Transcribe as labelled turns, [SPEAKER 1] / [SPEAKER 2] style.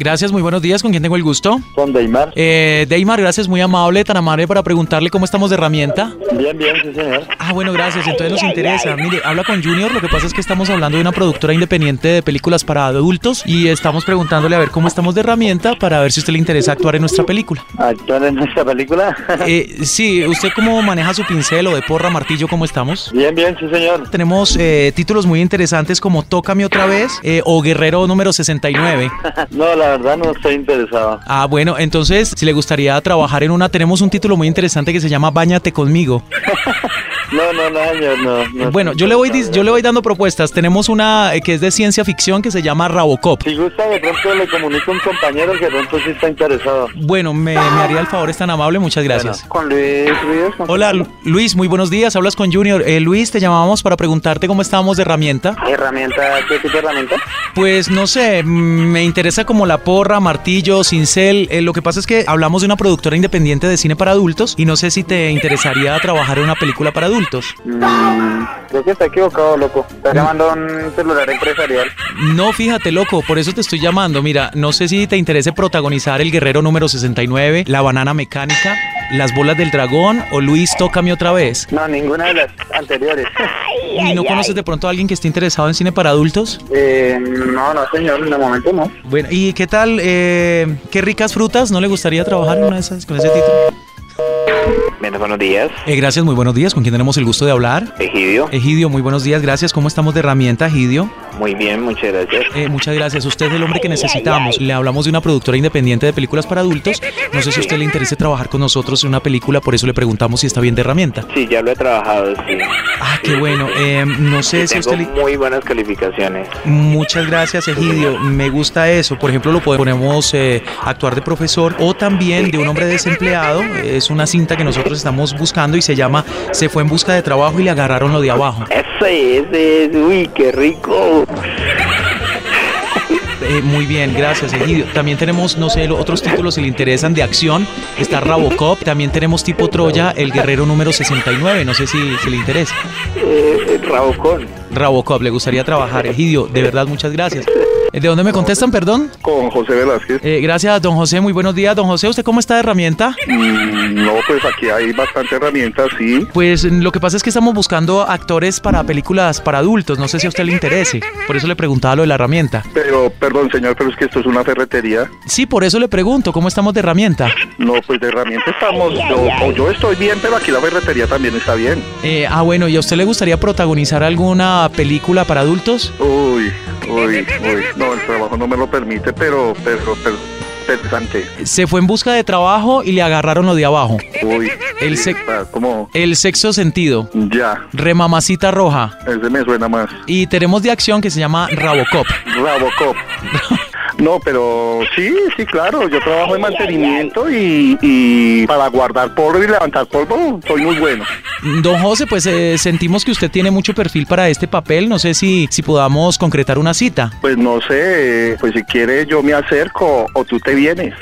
[SPEAKER 1] Gracias, muy buenos días. ¿Con quién tengo el gusto?
[SPEAKER 2] Con Deimar.
[SPEAKER 1] Eh, Deimar, gracias, muy amable, tan amable para preguntarle cómo estamos de herramienta.
[SPEAKER 2] Bien, bien, sí, señor.
[SPEAKER 1] Ah, bueno, gracias. Entonces nos interesa. Mire, habla con Junior. Lo que pasa es que estamos hablando de una productora independiente de películas para adultos y estamos preguntándole a ver cómo estamos de herramienta para ver si a usted le interesa actuar en nuestra película.
[SPEAKER 2] ¿Actuar en esta película?
[SPEAKER 1] Eh, sí, ¿usted cómo maneja su pincel o de porra, martillo, cómo estamos?
[SPEAKER 2] bien, bien, sí, señor.
[SPEAKER 1] Tenemos eh, títulos muy interesantes como Tócame otra vez eh, o Guerrero número 69.
[SPEAKER 2] No, la verdad no estoy interesado.
[SPEAKER 1] Ah, bueno, entonces, si le gustaría trabajar en una, tenemos un título muy interesante que se llama Báñate conmigo.
[SPEAKER 2] No, no, no, señor, no. no estoy
[SPEAKER 1] Bueno, yo le voy dis-
[SPEAKER 2] interesado.
[SPEAKER 1] yo le voy dando propuestas. Tenemos una eh, que es de ciencia ficción que se llama Rabocop.
[SPEAKER 2] Si gusta, de pronto le comunico a un compañero que de pronto sí está interesado.
[SPEAKER 1] Bueno, me, me haría el favor, es tan amable, muchas gracias.
[SPEAKER 2] Bueno, con Luis Ríos. con-
[SPEAKER 1] Hola Lu- Luis, muy buenos días, hablas con Junior. Eh, Luis, te llamábamos para preguntarte cómo estábamos de herramienta.
[SPEAKER 2] ¿Herramienta? ¿Qué tipo de herramienta?
[SPEAKER 1] Pues no sé, mm, me interesa como la porra, martillo, cincel. Eh, lo que pasa es que hablamos de una productora independiente de cine para adultos y no sé si te interesaría trabajar en una película para adultos.
[SPEAKER 2] Mm, creo que está equivocado, loco.
[SPEAKER 1] Mm.
[SPEAKER 2] Está llamando a un celular empresarial.
[SPEAKER 1] No, fíjate, loco, por eso te estoy llamando. Mira, no sé si te interese protagonizar El Guerrero número 69, La Banana Mecánica, Las Bolas del Dragón o Luis Tócame otra vez.
[SPEAKER 2] No, ninguna de las anteriores.
[SPEAKER 1] ¿Y no conoces de pronto a alguien que esté interesado en cine para adultos?
[SPEAKER 2] Eh, no, no, señor, de momento no.
[SPEAKER 1] Bueno, ¿y qué tal? eh, ¿Qué ricas frutas? ¿No le gustaría trabajar en una de esas con ese título?
[SPEAKER 3] Bueno, buenos días,
[SPEAKER 1] Eh, gracias, muy buenos días. ¿Con quién tenemos el gusto de hablar?
[SPEAKER 3] Egidio.
[SPEAKER 1] Egidio, muy buenos días, gracias. ¿Cómo estamos de herramienta, Egidio?
[SPEAKER 3] Muy bien, muchas gracias.
[SPEAKER 1] Eh, muchas gracias. Usted es el hombre que necesitamos. Le hablamos de una productora independiente de películas para adultos. No sé si a usted le interese trabajar con nosotros en una película, por eso le preguntamos si está bien de herramienta.
[SPEAKER 3] Sí, ya lo he trabajado, sí.
[SPEAKER 1] Ah, qué bueno. Eh, no sé si a
[SPEAKER 3] Tengo
[SPEAKER 1] usted le...
[SPEAKER 3] muy buenas calificaciones.
[SPEAKER 1] Muchas gracias, Egidio. Me gusta eso. Por ejemplo, lo podemos eh, actuar de profesor o también de un hombre desempleado. Es una cinta que nosotros estamos buscando y se llama Se fue en busca de trabajo y le agarraron lo de abajo.
[SPEAKER 3] Ese, ese es, uy, qué rico.
[SPEAKER 1] Eh, muy bien, gracias, Egidio. También tenemos, no sé, lo- otros títulos si le interesan de acción. Está Rabocop. También tenemos tipo Troya, el guerrero número 69. No sé si, si le interesa.
[SPEAKER 3] Eh, Rabocón,
[SPEAKER 1] Rabocop, le gustaría trabajar. Egidio, de verdad, muchas gracias. Eh, ¿De dónde me contestan, perdón?
[SPEAKER 4] con José Velázquez.
[SPEAKER 1] Eh, gracias, don José. Muy buenos días, don José. ¿Usted cómo está de herramienta?
[SPEAKER 4] Mm, No, pues aquí hay bastante herramientas, sí.
[SPEAKER 1] Pues lo que pasa es que estamos buscando actores para películas para adultos. No sé si a usted le interese. Por eso le preguntaba lo de la herramienta.
[SPEAKER 4] Pero, perdón, señor, pero es que esto es una ferretería.
[SPEAKER 1] Sí, por eso le pregunto, ¿cómo estamos de herramienta?
[SPEAKER 4] No, pues de herramienta estamos. Yo, o yo estoy bien, pero aquí la ferretería también está bien.
[SPEAKER 1] Eh, ah, bueno, ¿y a usted le gustaría protagonizar alguna película para adultos?
[SPEAKER 4] Uy, uy, uy. No, el trabajo no me lo permite, pero, pero, pero, interesante.
[SPEAKER 1] Se fue en busca de trabajo y le agarraron lo de abajo.
[SPEAKER 4] Uy,
[SPEAKER 1] El
[SPEAKER 4] sí,
[SPEAKER 1] sec-
[SPEAKER 4] está como,
[SPEAKER 1] El sexto sentido,
[SPEAKER 4] ya,
[SPEAKER 1] Remamacita Roja.
[SPEAKER 4] ese me suena más.
[SPEAKER 1] Y tenemos de acción que se llama Rabocop.
[SPEAKER 4] Rabocop. No, pero sí, sí, claro. Yo trabajo en mantenimiento y, y para guardar polvo y levantar polvo soy muy bueno.
[SPEAKER 1] Don José, pues eh, sentimos que usted tiene mucho perfil para este papel. No sé si, si podamos concretar una cita.
[SPEAKER 4] Pues no sé, pues si quieres yo me acerco o tú te vienes.